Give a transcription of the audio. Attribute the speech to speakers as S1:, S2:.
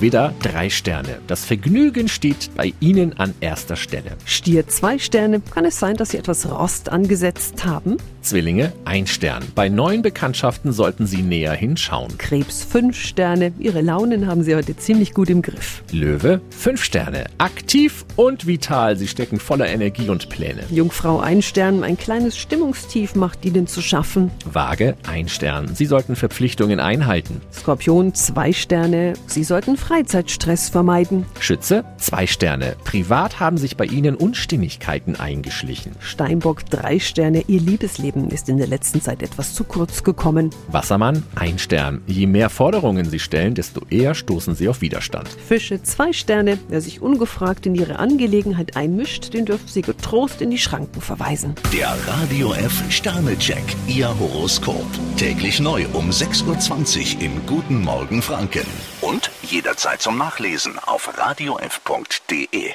S1: Widder drei Sterne. Das Vergnügen steht bei Ihnen an erster Stelle.
S2: Stier zwei Sterne, kann es sein, dass Sie etwas Rost angesetzt haben?
S1: Zwillinge ein Stern. Bei neuen Bekanntschaften sollten Sie näher hinschauen.
S2: Krebs fünf Sterne, Ihre Launen haben Sie heute ziemlich gut im Griff.
S1: Löwe fünf Sterne. Aktiv und vital. Sie stecken voller Energie und Pläne.
S2: Jungfrau ein Stern, ein kleines Stimmungstief macht Ihnen zu schaffen.
S1: Waage ein Stern. Sie sollten Verpflichtungen einhalten.
S2: Skorpion zwei Sterne, Sie sollten Freizeitstress vermeiden.
S1: Schütze zwei Sterne. Privat haben sich bei Ihnen Unstimmigkeiten eingeschlichen.
S2: Steinbock drei Sterne, Ihr Liebesleben ist in der letzten Zeit etwas zu kurz gekommen.
S1: Wassermann ein Stern. Je mehr Forderungen Sie stellen, desto eher stoßen Sie auf Widerstand.
S2: Fische zwei Sterne, wer sich ungefragt in Ihre Angelegenheit einmischt, den dürfen Sie getrost in die Schranken verweisen.
S3: Der Radio F Sternecheck, Ihr Horoskop. Täglich neu um 6.20 Uhr im Guten Morgen Franken. Und jederzeit zum Nachlesen auf radiof.de.